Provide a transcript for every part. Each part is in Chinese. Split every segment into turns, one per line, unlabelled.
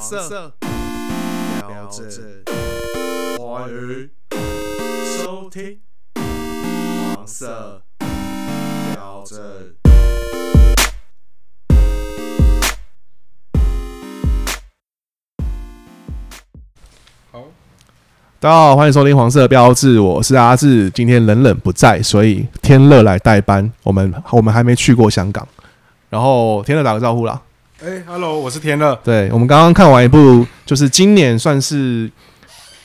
色，
聊着
华语
收听
黄色，
聊着。好，
大家好，欢迎收听黄色标志，我是阿志。今天冷冷不在，所以天乐来代班。我们我们还没去过香港，然后天乐打个招呼啦。
哎，Hello，我是天乐。
对，我们刚刚看完一部，就是今年算是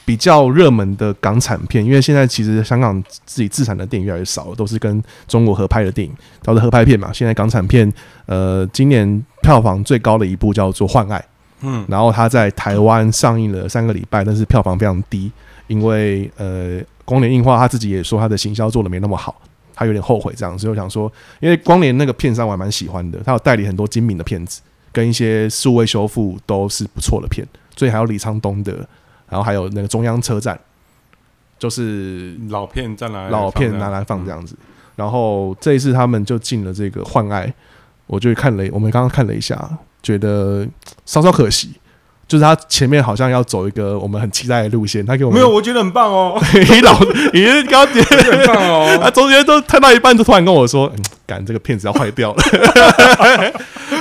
比较热门的港产片，因为现在其实香港自己自产的电影越来越少了，都是跟中国合拍的电影，都是合拍片嘛。现在港产片，呃，今年票房最高的一部叫做《幻爱》，
嗯，
然后它在台湾上映了三个礼拜，但是票房非常低，因为呃，光年映画他自己也说他的行销做的没那么好，他有点后悔这样，所以我想说，因为光年那个片商我还蛮喜欢的，他有代理很多精明的片子，跟一些数位修复都是不错的片，所以还有李沧东的，然后还有那个中央车站，就是
老片再来，
老片拿来
嗯
放这样子。然后这一次他们就进了这个《幻爱》，我就看了，我们刚刚看了一下，觉得稍稍可惜，就是他前面好像要走一个我们很期待的路线，他给我
没
们
有，我觉得很棒哦，
你老你是刚刚
我觉得很棒
他
哦。
中间都看到一半，就突然跟我说：“嗯，赶这个片子要坏掉 了。”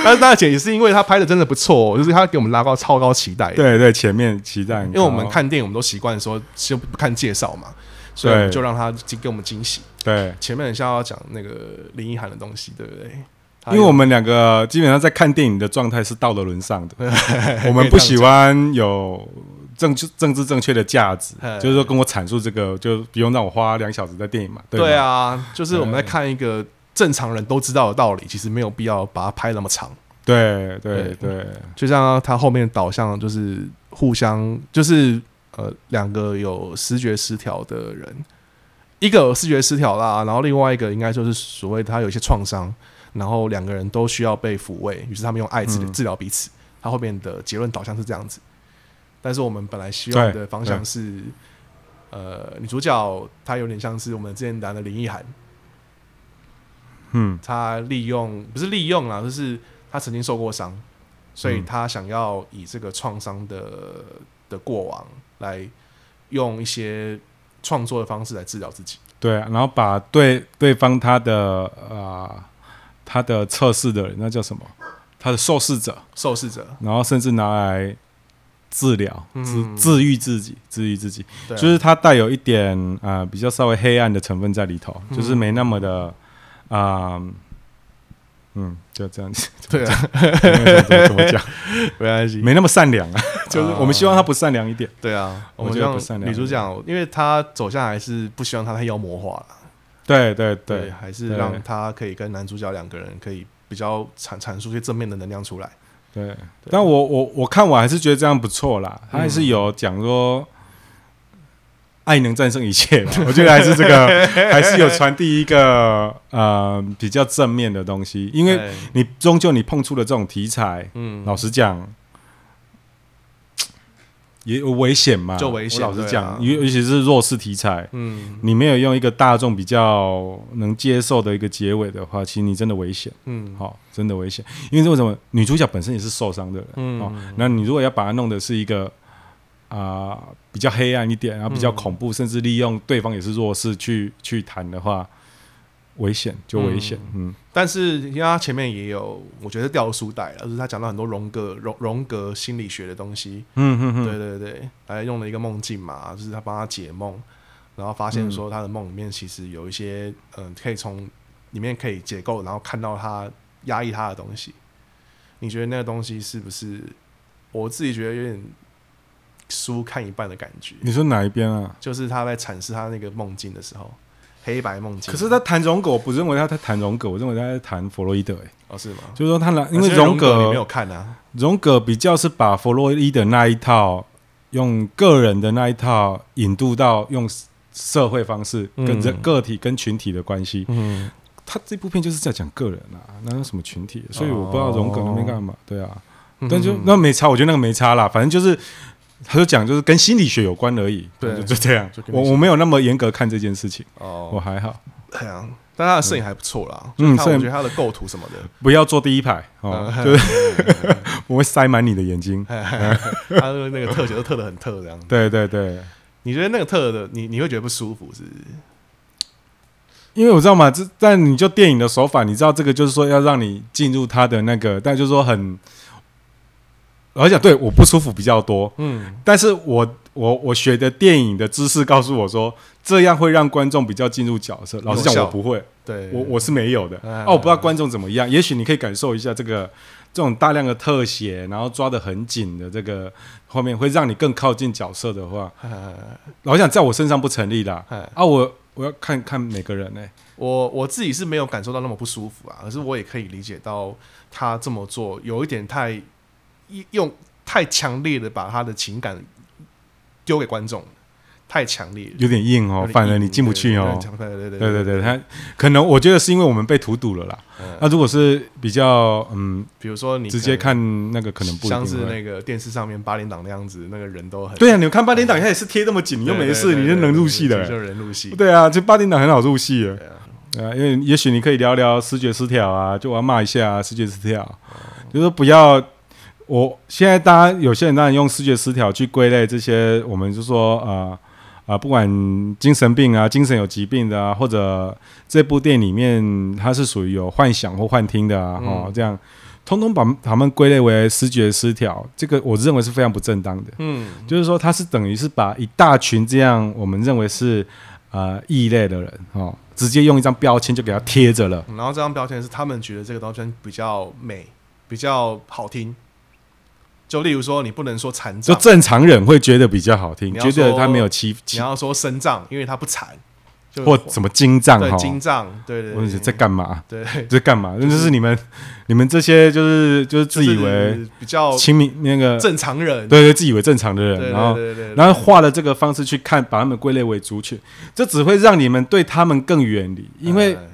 但是大姐也是因为他拍的真的不错、哦，就是他给我们拉高超高期待，
对嗯对，前面期待很
因
高，
为我们看电影我们都习惯说就不看介绍嘛，所以我们
对
就让他惊给我们惊喜。
对，
前面很像要讲那个林一涵的东西，对不对？
因为我们两个基本上在看电影的状态是道德沦丧 的， 我们不喜
欢，
欢有政治政治正确的价值
嘿，
就是说跟我阐述这个，就不用让我花两小时在电影嘛，对
对
吗，
啊，就是我们在看一个正常人都知道的道理，其实没有必要把它拍那么长。
对对
对
对，
就像他后面导向就是互相，就是呃两个有视觉失调的人，一个有视觉失调啦，然后另外一个应该就是所谓他有一些创伤，然后两个人都需要被抚慰，于是他们用爱治
嗯
治疗彼此。他后面的结论导向是这样子，但是我们本来希望
对
的方向是，呃，女主角她有点像是我们之前谈的林奕涵，
嗯
他利用不是利用啦，就是他曾经受过伤，所以
嗯
他想要以这个创伤的的过往来用一些创作的方式来治疗自己。
对，啊然后把对对方他的啊他的测试的人那叫什么，他的受试者，
受试者，
然后甚至拿来治疗、治
嗯
治愈自己、治愈自己，
对啊、
就是它带有一点啊、呃比较稍微黑暗的成分在里头，
嗯
就是没那么的啊、嗯，就这样子，
对啊，
怎么怎么讲，
没关系，
没那么善良啊， 就是我们希望他不善良一点，
对啊，我
我
们
觉得
让
不善良
女主角，因为她走向还是不希望她太妖魔化了，
对对
对，
对
还是
对
让她可以跟男主角两个人可以比较阐阐述一些正面的能量出来。
对，但我我我看我还是觉得这样不错啦，他还
嗯
是有讲说。爱能战胜一切啦，我觉得还是这个，还是有传递一个呃比较正面的东西，因为
对
你终究你碰触了这种题材，
嗯，
老实讲，也有危险嘛，
就危险
我老实
对啊
讲，尤、尤其是弱势题材，
嗯
你没有用一个大众比较能接受的一个结尾的话，其实你真的危险，
嗯
好、真的危险。因为为什么女主角本身也是受伤的人，
嗯
哦，那你如果要把它弄的是一个啊、比较黑暗一点，然后比较
嗯
恐怖，甚至利用对方也是弱势去去谈的话，危险就危险，嗯
但是因为他前面也有，我觉得掉书袋了，就是他讲到很多荣格、荣荣格心理学的东西，
嗯嗯嗯，
对对对，来用了一个梦境嘛，就是他帮他解梦，然后发
嗯
现说他的梦里面其实有一些，嗯、可以从里面可以解构，然后看到他压抑他的东西。你觉得那个东西是不是？我自己觉得有点书看一半的感觉，
你说哪一边啊？
就是他在阐释他那个梦境的时候，黑白梦境。
可是他谈荣格，我不认为他在谈荣格，我认为他在谈弗洛伊德、欸。
哦是吗？
就是说他拿，因为
啊
荣
你没
格，
有看啊，
荣格比较是把弗洛伊德那一套，用个人的那一套引渡到用社会方式
嗯
跟人、个体跟群体的关系。
嗯。
他这部片就是在讲个人啊，哪有什么群体？所以我不知道荣格那边干嘛。对啊，
嗯
但就那没差，我觉得那个没差啦，反正就是。他就讲，就是跟心理学有关而已，
对
就就这样
就。跟
我我没有那么严格看这件事情，
哦
我还好。
对啊，但他的摄影还不错啦，
嗯
嗯，看我
摄影
觉得他的构图什么的，
不要坐第一排哦，
嗯
就是 我会塞满你的眼睛。
他的那个特写都特的很特这样。
对对对，
你觉得那个特的，你你会觉得不舒服是不是？
因为我知道嘛，这但你就电影的手法，你知道这个就是说要让你进入他的那个，但就是说很，而且对我不舒服比较多，
嗯，
但是我我我学的电影的知识告诉我说，这样会让观众比较进入角色。老实讲，
有效
我不会，
对，
我我是没有的。
啊
哦，我不知道观众怎么样，也许你可以感受一下这个这种大量的特写，然后抓得很紧的这个后面，会让你更靠近角色的话，
呃
老实讲，在我身上不成立啦。
呃
啊，我我要看看每个人呢、欸
我我自己是没有感受到那么不舒服啊，可是我也可以理解到他这么做有一点太一用太强烈的把他的情感丢给观众，太强烈了。
有点硬哦
有，点
反而
硬
你进不去哦。
对对对对
对对对，他可能我觉得是因为我们被荼毒了啦。
嗯
那、如果是比较嗯
比如说你
直接
可
看
能
那个，可能不一定
像
会。
是那个电视上面八点档那样子，那个人都很
对啊，你们看八点档，他也是贴那么紧，你又没事，你就能入戏
的，
的
就
欸。
能入戏。
对啊，就八点档很好入戏的。
对啊
啊，因为也许你可以聊聊视觉失调啊，就我要骂一下、啊、视觉失调，就说不要。我现在大家有些人当然用视觉失调去归类这些，我们就说呃啊，不管精神病啊、精神有疾病的啊，或者这部电影里面它是属于有幻想或幻听的啊，
嗯
哦，这样通通把他们归类为视觉失调，这个我认为是非常不正当的。
嗯，
就是说，他是等于是把一大群这样我们认为是呃异类的人哦，直接用一张标签就给他贴着了。
然后这张标签是他们觉得这个东西比较美，比较好听。就例如说，你不能说残
就
障，
正常人会觉得比较好听，
你要
觉
说
得他没有欺
你
欺
要说身障，因为它不残，就
或什么金藏哈
对，金障，对对
我就觉得
对，
在干嘛？
对，
在干嘛？那就是你们你们这些就是就是
就
自
是
以为
比较
亲民那个
正常人，
对对自以为正常的
对
人，然后
对对对，
然后画了这个方式去看，把他们归类为族群，这只会让你们对他们更远离，因为
嗯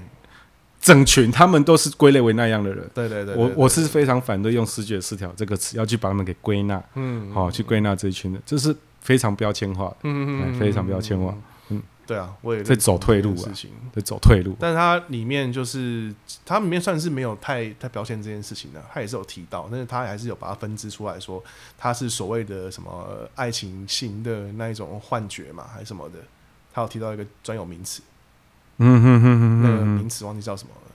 整群他们都是归类为那样的人。
对对对，
我
对
我是非常反对用视觉失调这个词，要去把他们给归纳，
嗯
好、去归纳这一群人，这是非常标签化的，
嗯
哎非常标签化，嗯，
对啊，我也
在走退路啊
认同这件事情，
在走退路。
但它里面就是它里面算是没有太太表现这件事情的、它也是有提到，但是它还是有把它分支出来说，它是所谓的什么呃爱情型的那一种幻觉嘛，还是什么的，它有提到一个专有名词，
嗯哼哼哼
那个
哼
名
哼，
词忘记叫什么了，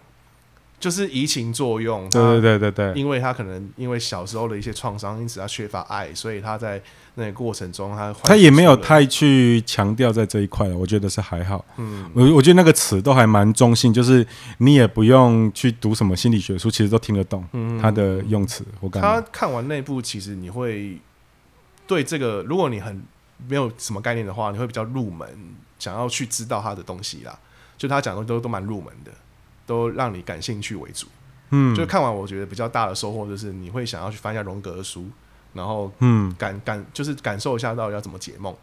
就是移情作用，它
对对对对对，
因为他可能因为小时候的一些创伤，因此他缺乏爱，所以他在那个过程中他，他
他也没有太去强调在这一块了，我觉得是还好。
嗯
我我觉得那个词都还蛮中性，就是你也不用去读什么心理学书，其实都听得懂
嗯
他的用词。我感
他
觉，
看完那部，其实你会对这个，如果你很没有什么概念的话，你会比较入门，想要去知道他的东西啦。就他讲的都都蛮入门的，都让你感兴趣为主。
嗯，
就看完，我觉得比较大的收获就是你会想要去翻一下荣格的书，然后
嗯，
感感就是感受一下到底要怎么解梦。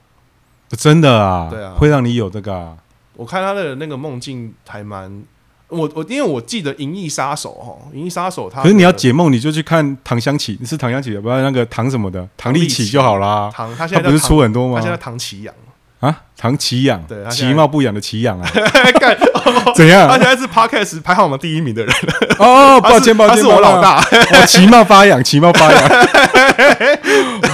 真的啊，
对啊
会让你有这个、啊，
我看他的那个梦境还蛮，我我因为我记得《银翼杀手》哈，《银翼杀手》他
可是你要解梦，你就去看唐香琪，你是唐香琪，不要那个唐什么的，唐丽琪就好啦。
唐，他现
他
在
不
叫
是
唐
出很多
他
吗
现？在叫唐奇阳，
啊，唐奇养
对，他现在
其貌不扬的奇养啊，
干 哦
怎 样
他？现在是 podcast 排行榜第一名 的人，
哦，
他是
抱歉抱
他
歉，
是我
抱歉
老，大，
我其貌发扬，其貌 发扬。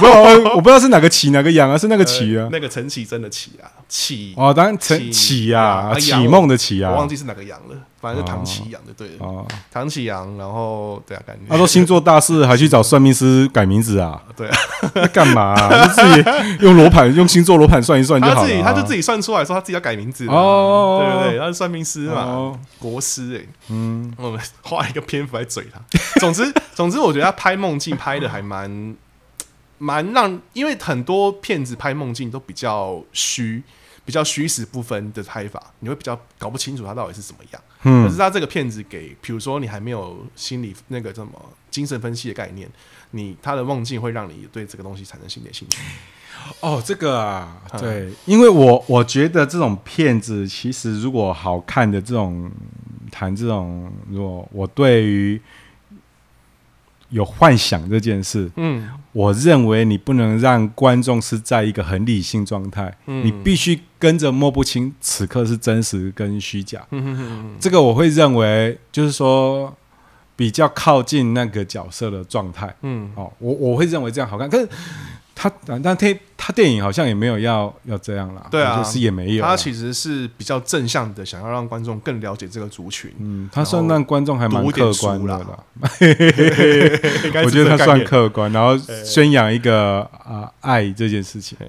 我不知道，我不知道是哪个奇哪个养啊，是那个奇啊
呃。那个陈启真的启啊，启，
哦，当然陈
启
启啊，
哎
启
呀
梦的启
我
啊
忘。记是哪个杨了，反正是唐启阳就对了，
哦，
唐启阳，然后对啊，感觉
他说星座大事还去找算命师改名字啊？
对啊，
那干嘛啊？就自己用罗盘，用星座罗盘算一算就好了
他
啊。
自己他就自己算出来说他自己要改名字了
哦
对不对？他是算命师嘛，
哦，
国师哎，
嗯，
我们花一个篇幅来嘴他。总之， 总之，我觉得他拍梦境拍的还蛮蛮让，因为很多骗子拍梦境都比较虚，比较虚实不分的拍法，你会比较搞不清楚他到底是怎么样。
嗯
可是他这个骗子给，比如说你还没有心理那个什么精神分析的概念，你他的梦境会让你对这个东西产生新的兴趣。
哦，这个啊，
嗯
对，因为我我觉得这种片子，其实如果好看的这种谈这种，如果我对于有幻想这件事，
嗯
我认为你不能让观众是在一个很理性状态，
嗯
你必须跟着摸不清此刻是真实跟虚假。
嗯嗯嗯
这个我会认为就是说比较靠近那个角色的状态。
嗯
哦，我我会认为这样好看，可是他但他他电影好像也没有要要这样啦，
对啊
就是也没
嗯，
有啦，
他其实是比较正向的，想要让观众更了解这个族群。
嗯，他算让观众还蛮
读一点
客观
书
的
啦
啦，
应该
我
是
觉
这
得
个
他
概
算
念
客观， 然后
呃
宣扬一个啊、爱这件事情。
对，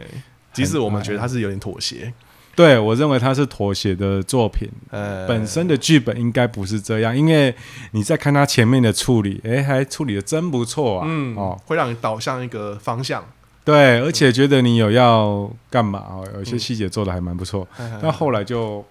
即使我们觉得他是有点妥协，
对我认为他是妥协的作品，
呃，
本身的剧本应该不是这样，因为你在看他前面的处理，哎，还处理的真不错啊，
嗯
哦，
会让你导向一个方向。
对，而且觉得你有要干嘛哦，有些细节做的还蛮不错，但后来就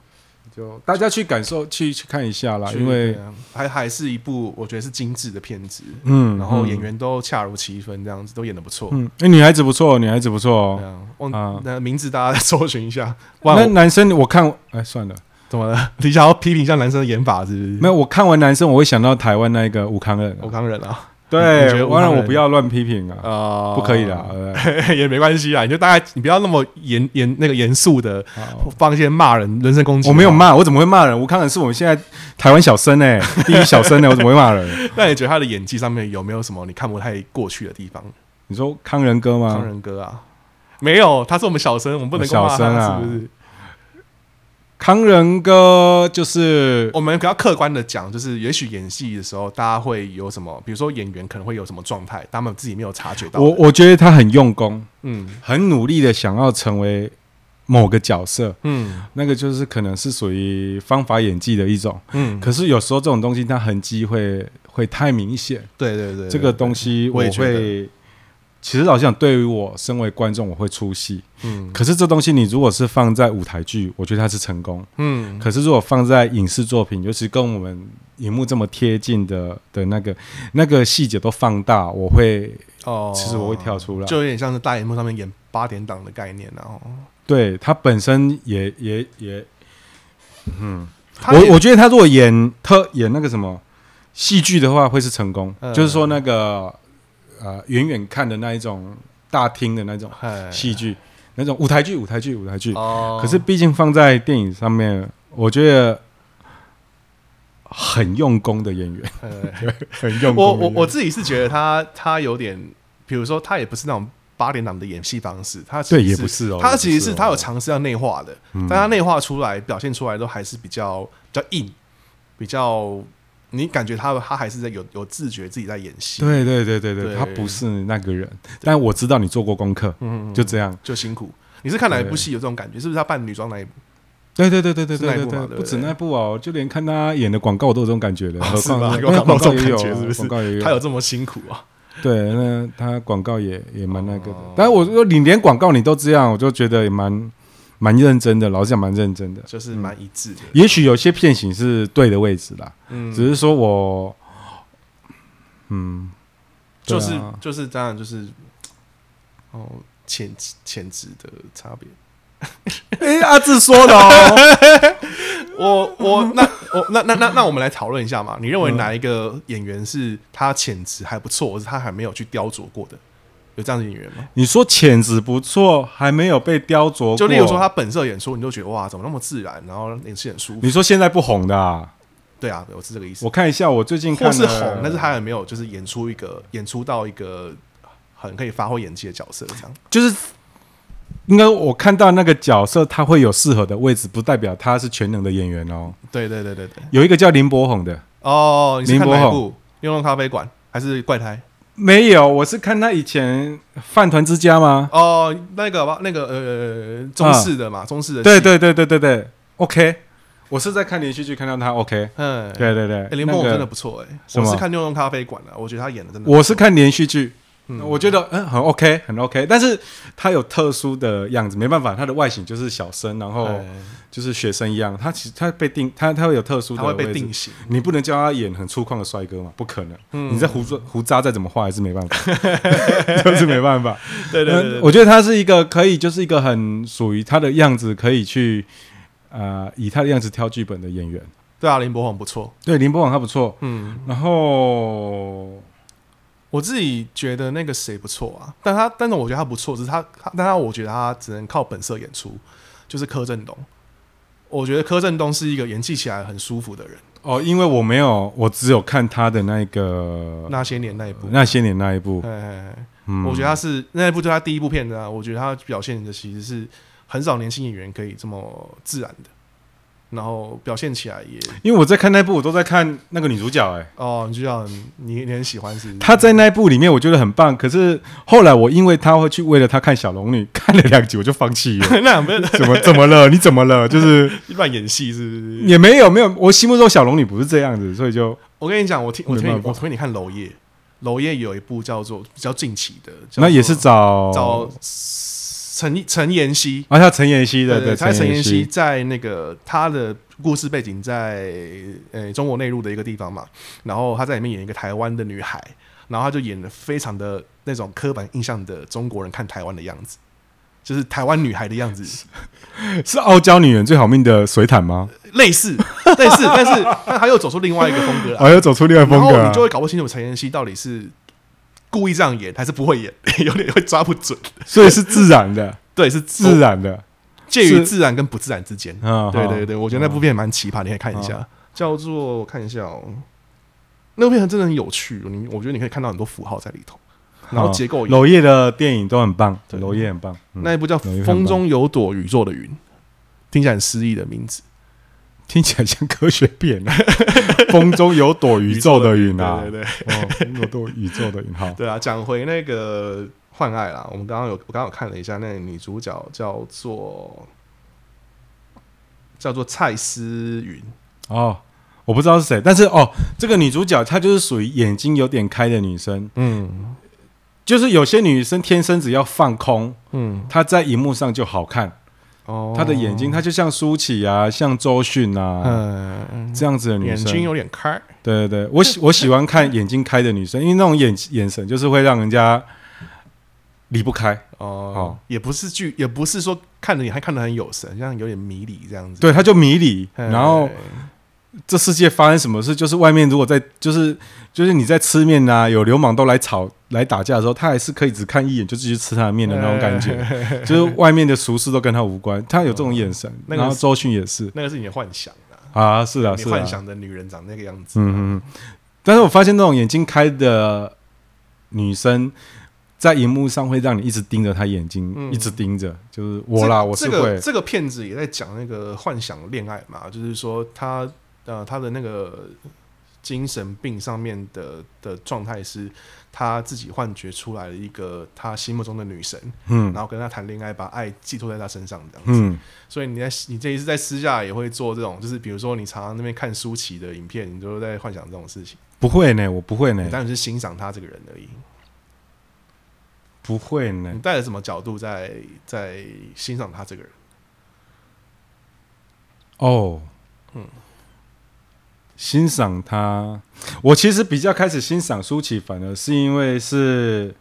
就大家去感受去去看一下啦，
去
因为
对啊还还是一部我觉得是精致的片子，
嗯，
然后
嗯
演员都恰如其分，这样子都演的不错。
嗯，哎，女孩子不错，女孩子不错
对
哦。
啊，忘
啊
那名字大家搜寻一下，不
那
然我
男生我看，哎，算了，
怎么了？ 你想要批评一下男生的演法是不是？
没有，我看完男生我会想到台湾那个吴康仁啊，
我刚忍啊，你觉
对，
得吴
当
康
然
仁
我不要乱批评啊，
啊，
不可以啦，呃
也没关系啦，你就大概你不要那么严严那个严肃的
好
放一些骂人、人身攻 击。
我没有，骂，我怎么会骂人？吴康仁是我们现在台湾小生 哎，第一小生呢，我怎么会骂人？
那你觉得他的演技上面有没有什么你看不太过去的地方？
你说康仁哥
康
吗？
仁哥啊，没有，他是我们小生，我们不能够骂
小生啊
他，是不是？
康仁哥就是
我们比较客观的讲，就是也许演戏的时候，大家会有什么，比如说演员可能会有什么状态，他们自己没有察觉到的。
我，我觉得他很用功，
嗯
很努力的想要成为某个角色，
嗯
那个就是可能是属于方法演技的一种。
嗯，
可是有时候这种东西它痕迹会会太明显，
对对对，
这个东西
我也觉得
会。其实老实讲，对于我身为观众，我会出戏。
嗯
可是这东西，你如果是放在舞台剧，我觉得它是成功。
嗯
可是如果放在影视作品，尤其跟我们荧幕这么贴近的的那个那个细节都放大，我会
哦，
其实我会跳出来。
就有点像是大荧幕上面演八点档的概念、然啊哦后
对他本身也也也，
他也
我我觉得他如果演特演那个什么戏剧的话，会是成功，
嗯
就是说那个呃远远看的那一种大厅的那种
嗨
戏剧，那种舞台剧舞台剧舞台剧。
哦，
可是毕竟放在电影上面，我觉得很用功的演员，
呃
很用的
我我
演员
我自己是觉得他他有点，比如说他也不是那种八点档的演戏方式，他其实
对也不是哦，
他其实是他有
长，
尝试要内化的，
嗯
但他内化出来表现出来都还是比较比较硬，比较你感觉他他还是在有有自觉自己在演戏，
对对对对对，
对
他不是那个人，但我知道你做过功课，
嗯，
就这样。
就辛苦。你是看哪一部戏有这种感觉？是不是他扮女装那一部？
对对对对对
是
对
那一
对
部嘛对
不
不
止
对
那部哦，就连看他演的广告我都有这种感觉的，
哦
何
是吧
况
广告
广
这种
也有
感觉
啊
是不是
广告也有，
他有这么辛苦啊？
对，那他广告也也蛮那个的
哦。
但是我说你连广告你都这样，我就觉得也蛮蛮认真的，老实讲蛮认真的。
就是蛮一致的，
嗯也许有些片型是对的位置啦，
嗯，
只是说我，嗯，对
就
啊
是就是当然就是哦潜潜质的差别。
哎，阿志说的 哦，
我我那我那那那那我们来讨论一下嘛，你认为哪一个演员是他潜质还不错，或是他还没有去雕琢过的？有这样的演员吗？
你说潜质不错，还没有被雕琢过。
就例如说他本色演出，你就觉得哇，怎么那么自然，然后演戏很舒服。
你说现在不红的啊，
对啊，我是这个意思
我。看一下，我最近看
或是
了
红，但是他还没有就是演出一个演出到一个很可以发挥演技的角色，这样
就是应该我看到那个角色，他会有适合的位置，不代表他是全能的演员哦。
对对对对对。
有一个叫林柏宏的，
哦，你是
林
看
柏
哪一
宏
部？《用用咖啡馆》还是《怪胎
没有，我是看他以前《饭团之家》》？吗？
哦，那个吧，那个呃，中式的嘛，中式的。
对，对对对对对，OK，我是在看连续剧看到他 OK，
嗯，
对对对，
欸、林
那
梦
个
真的不错哎、
什么
我是看《六弄咖啡馆》啊的，我觉得他演的真的，
我是看连续剧，
嗯
我觉得嗯很 OK 很 OK，但是他有特殊的样子，没办法，他的外形就是小生，然后
哎
就是学生一样，他其实他被定他他会有特殊的
他会
位
被
置
定型，
你不能叫他演很粗犷的帅哥嘛？不可能，
嗯
你这胡子胡渣再怎么画还是没 办法， 就是没办法。
对对对
嗯
对
我觉得他是一个可以，就是一个很属于他的样子，可以去呃以他的样子挑剧本的演员。
对啊，林柏宏不错，
对，林柏宏他不错，
嗯，
然后
我自己觉得那个谁不错啊，但他，但是我觉得他不错，只是他，他但他我觉得他只能靠本色演出，就是柯震东。我觉得柯震东是一个演技起来很舒服的人。
哦，因为我没有，我只有看他的那个
那些年那一部，
那些年那一部，
哎哎，哎
嗯，
我觉得他是那一部就他第一部片子啊，我觉得他表现的其实是很少年轻演员可以这么自然的，然后表现起来也
因为我在看那部，我都在看那个女主角、欸，哎，
哦，你就像你你很喜欢是不是？
她在那部里面我觉得很棒，可是后来我因为她会去为了她看小龙女， 看了两集我就放弃了。
那不是
怎么怎么了？你怎么了？就是
乱演戏是不是？
也没有没有，我心目中小龙女不是这样子，所以就
我跟你讲，我听我推
没
你
办法
我推你看娄烨，娄烨有一部叫做比较近期的，叫做
那也是哦找
找陈陈妍希，
啊，像陈妍希的对，
他陈
妍
妍希在那个他的故事背景在呃中国内陆的一个地方嘛，然后他在里面演一个台湾的女孩，然后他就演的非常的那种刻板印象的中国人看台湾的样子。就是台湾女孩的样子，
是傲娇女人最好命的水坦吗？
类似，类似，但是，但他又走出另外一个风格来。
啊，又走出另外风
然
格
后
啊
你就会搞不清楚陈妍希到底是故意这样演，还是 不会演，有点会抓不准。
所以是自然 的，
对，是
自然的。
介于
是
自然跟不自然之间。
嗯，
哦对
好
对对，我觉得那部片蛮奇葩，你可以看一下，叫做我看一下哦，那部片真的很有趣，你我觉得你可以看到很多符号在里头，然后结构也
娄烨的电影都很棒，
对
娄烨很棒。嗯
那一部叫
有一
《
个
风中有朵雨做的云》，听起来很诗意的名字。
听起来像科学片啊， 风中有朵宇宙的云啊，
对对对
哦，有朵宇宙的云好，
对啊，讲回那个《幻爱》啦，我们刚刚有我刚刚有看了一下，那个女主角叫做叫做蔡思云，
哦，我不知道是谁，但是哦，这个女主角她就是属于眼睛有点开的女生，
嗯
就是有些女生天生只要放空，
嗯，
她在荧幕上就好看，
哦
她的眼睛，她就像舒淇啊，像周迅啊。
嗯，
这样子的女
眼
生，
睛有点开，
对对对，我喜我喜欢看眼睛开的女生，因为那种眼眼神就是会让人家离不开。
哦，也不是剧，也不是说看着你还看得很有神，像有点迷离这样子。
对，他就迷离，
哎，
然后这世界发生什么事，就是外面如果在就是就是你在吃面啊，有流氓都来吵来打架的时候，他还是可以只看一眼就继续吃他的面的那种感觉，就是外面的俗事都跟他无关，他有这种眼神。
哎那个
然后周迅也是
那个是你的幻想啊，
啊，是啊
你
是
幻
啊，
想的女人长那个样子。
嗯嗯嗯。但是我发现那种眼睛开的女生。在荧幕上会让你一直盯着她眼睛，
嗯
一直盯着，就是我啦，
这
我是
这
会、
个这个片子也在讲那个幻想恋爱嘛，就是说他呃他的那个精神病上面的的状态是他自己幻觉出来了一个他心目中的女神，
嗯
然后跟他谈恋爱，把爱寄托在他身上这样子。
嗯，
所以你在你这一次在私下也会做这种，就是比如说你常常那边看舒淇的影片，你都会在幻想这种事情，
不会呢，我不会呢
你，当然是欣赏他这个人而已。
不会呢
你。带着什么角度在在欣赏他这个人？
哦，
嗯
嗯，欣赏他，我其实比较开始欣赏舒淇，反而是因为是。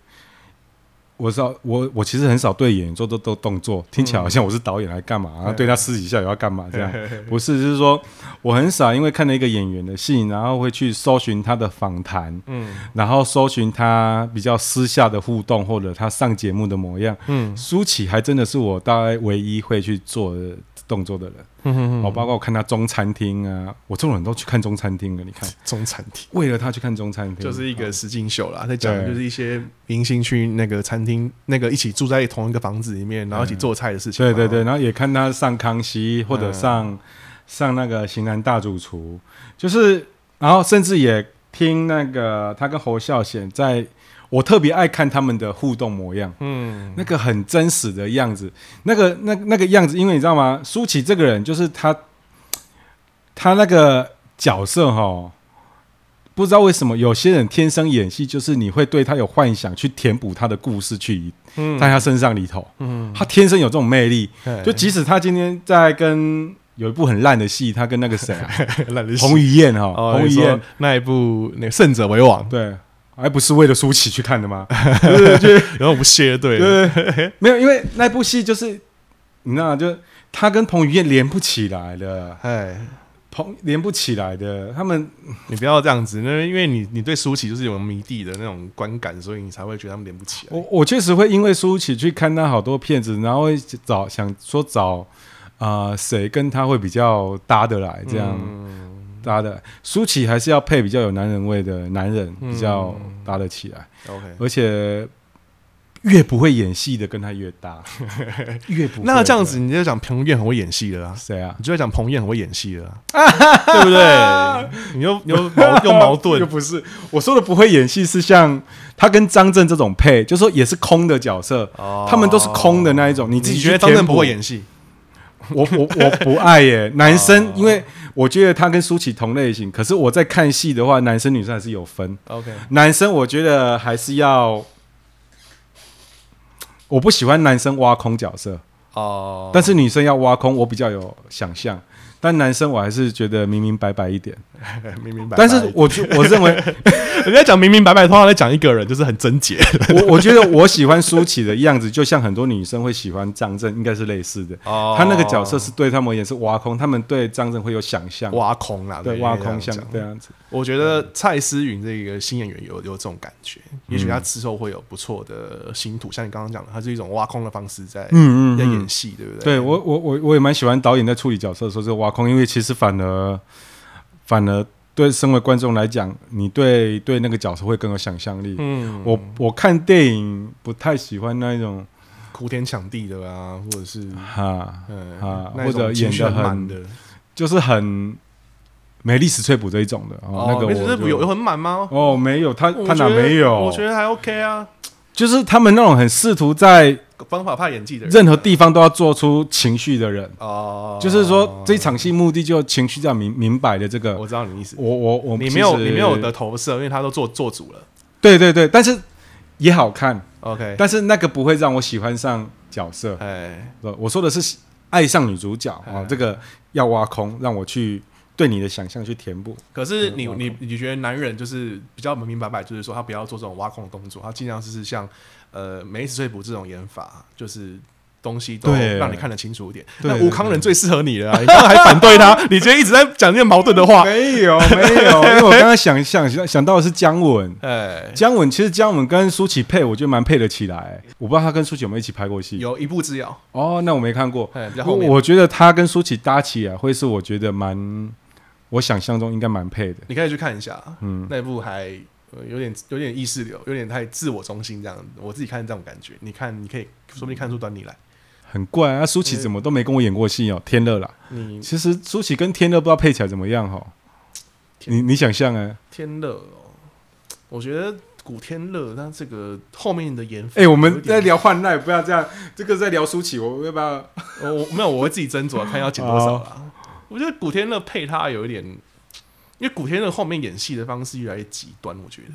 我少我我其实很少对演员做做做动作，听起来好像我是导演来干嘛，然后对他私底下有要干嘛这样，不是，就是说我很少因为看了一个演员的戏，然后会去搜寻他的访谈，
嗯
然后搜寻他比较私下的互动或者他上节目的模样。
嗯
舒淇还真的是我大概唯一会去做的动作的人。
嗯
哦，包括我看他中餐厅啊，我这种人都去看中餐厅了。你看，
中餐厅
为了他去看中餐厅，哦
就是一个实境秀啦，在讲的
嗯对
就是一些明星去那个餐厅，那个一起住在同一个房子里面，然后一起做菜的事情嘛。
对嗯对对，然后也看他上康熙或
嗯
者上、上那个型男大主厨，就是然后甚至也听那个他跟侯孝贤在，我特别爱看他们的互动模样。
嗯，
那个很真实的样子，那个那那个样子，因为你知道吗？舒淇这个人就是她，她那个角色哈，不知道为什么有些人天生演戏，就是你会对她有幻想，去填补她的故事去
嗯
在她身上里头，
嗯，
她天生有这种魅力。
嘿
就即使她今天在跟有一部很烂的戏，她跟那个谁 啊，
懒得
彭
于
于晏哈，
哦，
彭于
你说
晏
那一部那个《胜者为王》，
对，还不是为了舒淇去看的吗？
然后我们谢队了，
对对对，没有，因为那部戏就是你知道，就他跟彭于晏连不起来了。
哎，
捧连不起来的。他们
你不要这样子，那因为你你对舒淇就是有迷弟的那种观感，所以你才会觉得他们连不起来。
我我确实会因为舒淇去看他好多片子，然后会找想说找啊谁跟他会比较搭得来，这样、
嗯
搭的。舒淇还是要配比较有男人味的男人，
嗯
比较搭得起来，
OK，
而且。越不会演戏的跟他越 搭，越不会
那这样子你就讲彭于晏很会演戏了啊，
谁啊？
你就会讲彭于晏很会演戏了、 啊，对不对？你又又矛又矛
又
盾，
不是我说的不会演戏，是像他跟张震这种配，就说也是空的角色，
哦
他们都是空的那一种。你
你
自己
觉得
去
张震
填
不
补
会演戏？
我我我不爱 耶，男
哦
生，因为我觉得他跟舒淇同类型，可是我在看戏的话，男生女生还是有分。
OK，
男生我觉得还是要，我不喜欢男生挖空角色，
哦，
但是女生要挖空，我比较有想象。但男生我还是觉得明明白白一点。
哎明明白白。
但是我就我认为，
人家讲明明白白，通常在讲一个人，就是很贞洁。
我我觉得我喜欢舒淇的样子，就像很多女生会喜欢张震，应该是类似的。
哦
他那个角色是对他们而言是挖空，他们对张震会有想象，
挖空啦，
对啊
应该
挖
这样哎
空像
讲
这样子。
我觉得蔡思芸这个新演员有有这种感觉，
嗯
也许他之后会有不错的新土，像你刚刚讲的，他是一种挖空的方式在
嗯嗯
在
嗯
演，戏，哎对不对？
对我我我我也蛮喜欢导演在处理角色的时候是挖空，因为其实反而反而对身为观众来讲，你对对那个角色会更有想象力。
嗯，
我我看电影不太喜欢那一种
哭天抢地的啊，或者是
哈，
嗯
啊
那一
或
种
者
情绪
演得
很
很
满的
就是很没历史翠普这一种的哦，那个
没事
我
这
就
不有有很满 吗？
哦没有他
我
他哪
觉得
没有？
我觉得还 OK 啊，
就是他们那种很试图在
方法派演技的人
任何地方都要做出情绪的人，
哦，
就是说这一场戏目的就情绪这样明明白的这个，
我知道你的意思，
我我我
你没有
其
你
实
没有的投射，因为他都做做主了。
对对对，但是也好看，
OK，
但是那个不会让我喜欢上角色。
哎，
呃我说的是喜爱上女主角啊
哎，
这个要挖空，让我去对你的想象去填补。
可是你你你觉得男人就是比较明明白白，就是说他不要做这种挖空的动作，他尽量就是像呃梅子碎补这种演法，就是。东西都
对
让你看得清楚一点。
对
那
对
吴康仁最适合你了、啊，你刚刚还反 对他，你今天一直在讲这些矛盾的话。
没有没有， 因为我刚刚想想想想到的是姜文，
哎，
姜文其实姜文跟舒淇配，我觉得蛮配得起来。我不知道他跟舒淇有没有一起拍过戏
有一步之遥，
哦，那我没看过。
哎，比较
我
后面。
我觉得他跟舒淇搭起来会是我觉得蛮，我想象中应该蛮配的。
你可以去看一下，
嗯，
那部还、呃有点有点意识流，有点太自我中心这样。我自己看这种感觉，你看你可以说不定看出端倪来。
很怪啊，舒淇怎么都没跟我演过戏哦，天乐啦。
你
其实舒淇跟天乐不知道配起来怎么样哈。你你想象啊？
天乐哦，我觉得古天乐他这个后面的演法
哎、
有一点，
我们在聊换赖，不要这样，这个在聊舒淇，我要不要？
哦我，我没有，我会自己斟酌看要剪多少
哦
啦。我觉得古天乐配他有一点，因为古天乐后面演戏的方式越来越极端，我觉得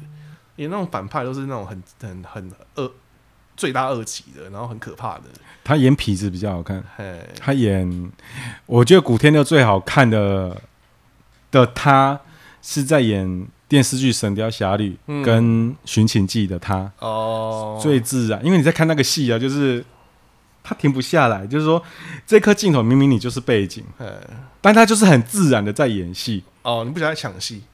演那种反派都是那种很很很恶罪大恶极的，然后很可怕的。
他演痞子比较好看，
嘿，
他演，我觉得古天乐最好看的的他是在演电视剧《神雕侠侣》
嗯
跟《寻秦记》的他。
哦，
最自然，因为你在看那个戏啊，就是他停不下来，就是说这颗镜头明明你就是背景，
嘿
但他就是很自然的在演戏，
哦，你不喜欢抢戏，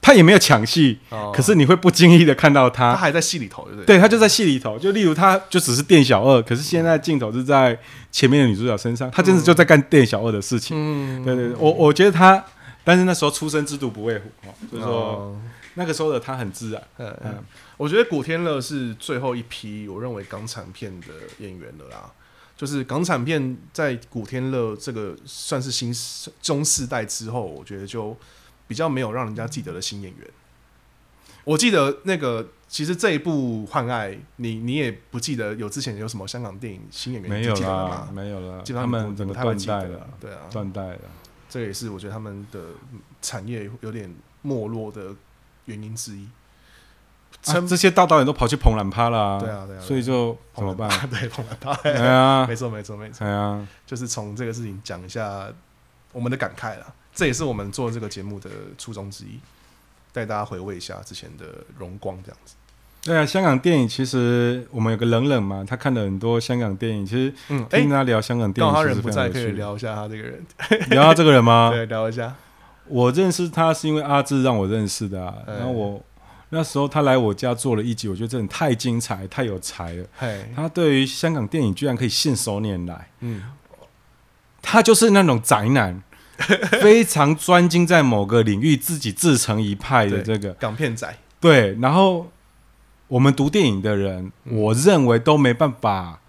他也没有抢戏，
哦
可是你会不经意的看到
他
他，
还在戏里头，对不对？
啊对他就在戏里头，就例如他就只是店小二，可是现在镜头是在前面的女主角身上，他真的就在干店小二的事情。
嗯，
对对对，我我觉得他，但是那时候出生之犊不畏虎，哦就是说
哦
那个时候的他很自然。
嗯
嗯
我觉得古天乐是最后一批我认为港产片的演员了啦。就是港产片在古天乐这个算是新世中世代之后，我觉得就比较没有让人家记得的新演员。我记得那个，其实这一部《幻爱》，你你也不记得有之前有什么香港电影新演员
没
你
有
记得了
啦
吗，？
没有啦，
基本
他
上你
们
不
整个
不太会
断
记
代
得
了，
对啊，
断代了。
这也是我觉得他们的产业有点没落的原因之一。
啊
撑、
这些大导演都跑去捧懒趴啦，
对啊对啊对啊？
所以就怎么办？
对，捧了他。
哎呀
没，错，没错，没错，
哎呀，
就是从这个事情讲一下我们的感慨啦。这也是我们做这个节目的初衷之一，带大家回味一下之前的荣光，这样子。
对啊，香港电影其实我们有个冷冷嘛，他看了很多香港电影，其实
嗯，哎
听、他聊香港电
刚
影，
好
其
他
实
人不
非常
在，
有
可
趣 啊
以聊一下他这个人，
聊到这个人吗？
对，聊一下。
我认识他是因为阿志让我认识的、啊，
哎
然后我那时候他来我家做了一集，我觉得真的太精彩、太有才了。
嘿，
他对于香港电影居然可以信手拈来，
嗯，
他就是那种宅男，非常专精在某个领域，自己自成一派的这个。
港片仔，
对，然后我们读电影的人，我认为都没办法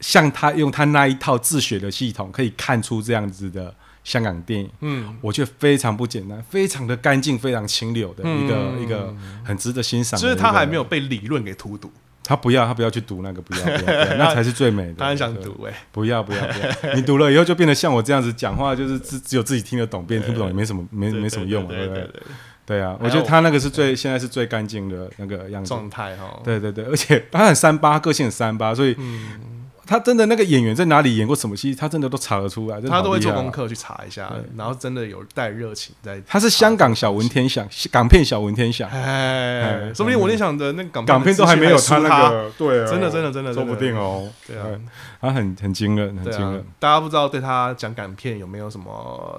像他用他那一套自学的系统，可以看出这样子的香港电影。
嗯，
我觉得非常不简单，非常的干净，非常清流的一个、
嗯
一个很值得欣赏。
就是他还没，有被理论给荼毒，
他不要，他不要去读那个，不 要，不要，不要那才是最美的。
啊他很想
对，
读哎、
不要，不要，不要，你 读了以后就变得像我这样子讲话，就是只只有自己听得懂，别人听不懂也没什么，没
对
没什么用嘛，
对
不
对
对？
对，
对啊，
还有
我觉得他那个是最现在是最干净的那个样
对
子。
状态哈，，
对对对，而且他很三八，他个性很三八，所以
嗯
他真的那个演员在哪里演过什么戏，他真的都查得出来，真的
他都
好
会
厉害
做
啊
功。课去查一下，然后真的有带热情在，
他是香港小文天祥，港片小文天祥，
哎，
哎
说不定我联想的那个港
港片都还没有他那
个，
个，对哦，
真的真的真的真的
说不定哦。
对啊，
他很很惊人，很
对
惊
啊
人。，
大家不知道对他讲港片有没有什么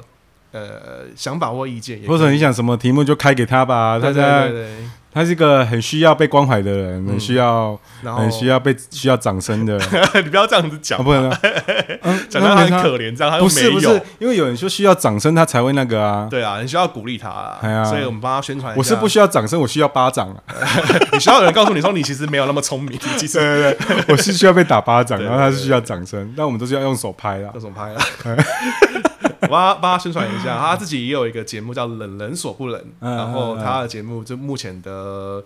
呃想法或意见，也可以
或者你想什么题目就开给他吧，他
对对对嗯
在
对，
他是一个很需要被关怀的人，很需要
然后
很需要被需要掌声的。啊，
你不要这样子讲，
不能啊，嗯
讲到他很
那没
可怜这样，他又
不是
没
不
有
是，，因为有人说需要掌声，他才会那个啊。
对啊啊，你需要鼓励他
哎呀
啦，所以我们帮他宣传一下。
我是不需要掌声，我需要巴掌 啊！
你需要有人告诉你说你其实没有那么 聪明，你其实
对对对，我是需要被打巴掌，
对
然后他是需要掌声，那我们都是要用手拍啦
各。种拍啊。 我帮他帮他宣传一下，他自己也有一个节目叫《冷人所不冷》，
嗯
然后他的节目就目前的呃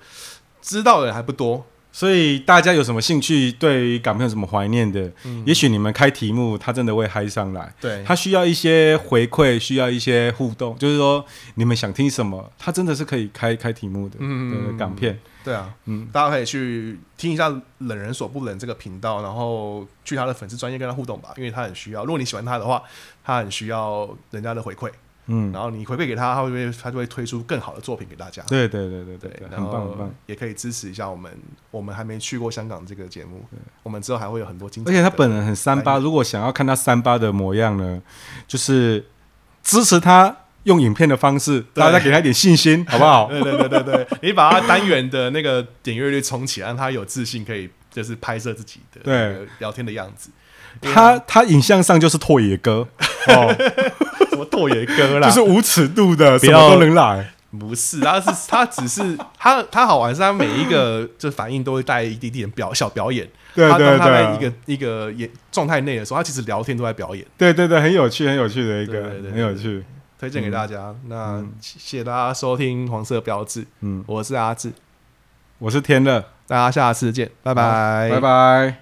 知道的人还不多，
所以大家有什么兴趣，对于港片有什么怀念的，也许你们开题目，他真的会嗨上来。
嗯对
他需要一些回馈，需要一些互动，就是说你们想听什么，他真的是可以开开题目的。
嗯
嗯，港片，
对啊，
嗯
大家可以去听一下《冷人所不冷》这个频道，然后去他的粉丝专业跟他互动吧，因为他很需要。如果你喜欢他的话，他很需要人家的回馈，
嗯，
然后你回馈给他，他会不会他就会推出更好的作品给大家。
对对对对对
对
对，，
然
很棒很
后
棒。
也可以支持一下我们，我们还没去过香港这个节目，我们之后还会有很多精彩
而
的。
且他本人很三八，如果想要看他三八的模样呢，就是支持他用影片的方式，
对
大家给他一点信心，好不好？
对啊对对对对，你把他单元的那个点阅率冲起来，让他有自信可以就是拍摄自己的
对
那个聊天的样子。
他他影像上就是拓野哥，哦，
什么拓野哥 啦，
就是无尺度的，呃
不
什
要
么都能来。
不是，他是他只是他他好玩，是他每一个就反应都会带一点点表小表演。
对对
他当他在一
对
个，一个演状态内的时候，他其实聊天都在表演。
对对对，很有趣，很有趣的一个
对对，对
很有趣。
推荐给大家，那谢谢大家收听黄色标志，
嗯，
我是阿志，
我是天乐，
大家下次见，拜拜，
拜拜。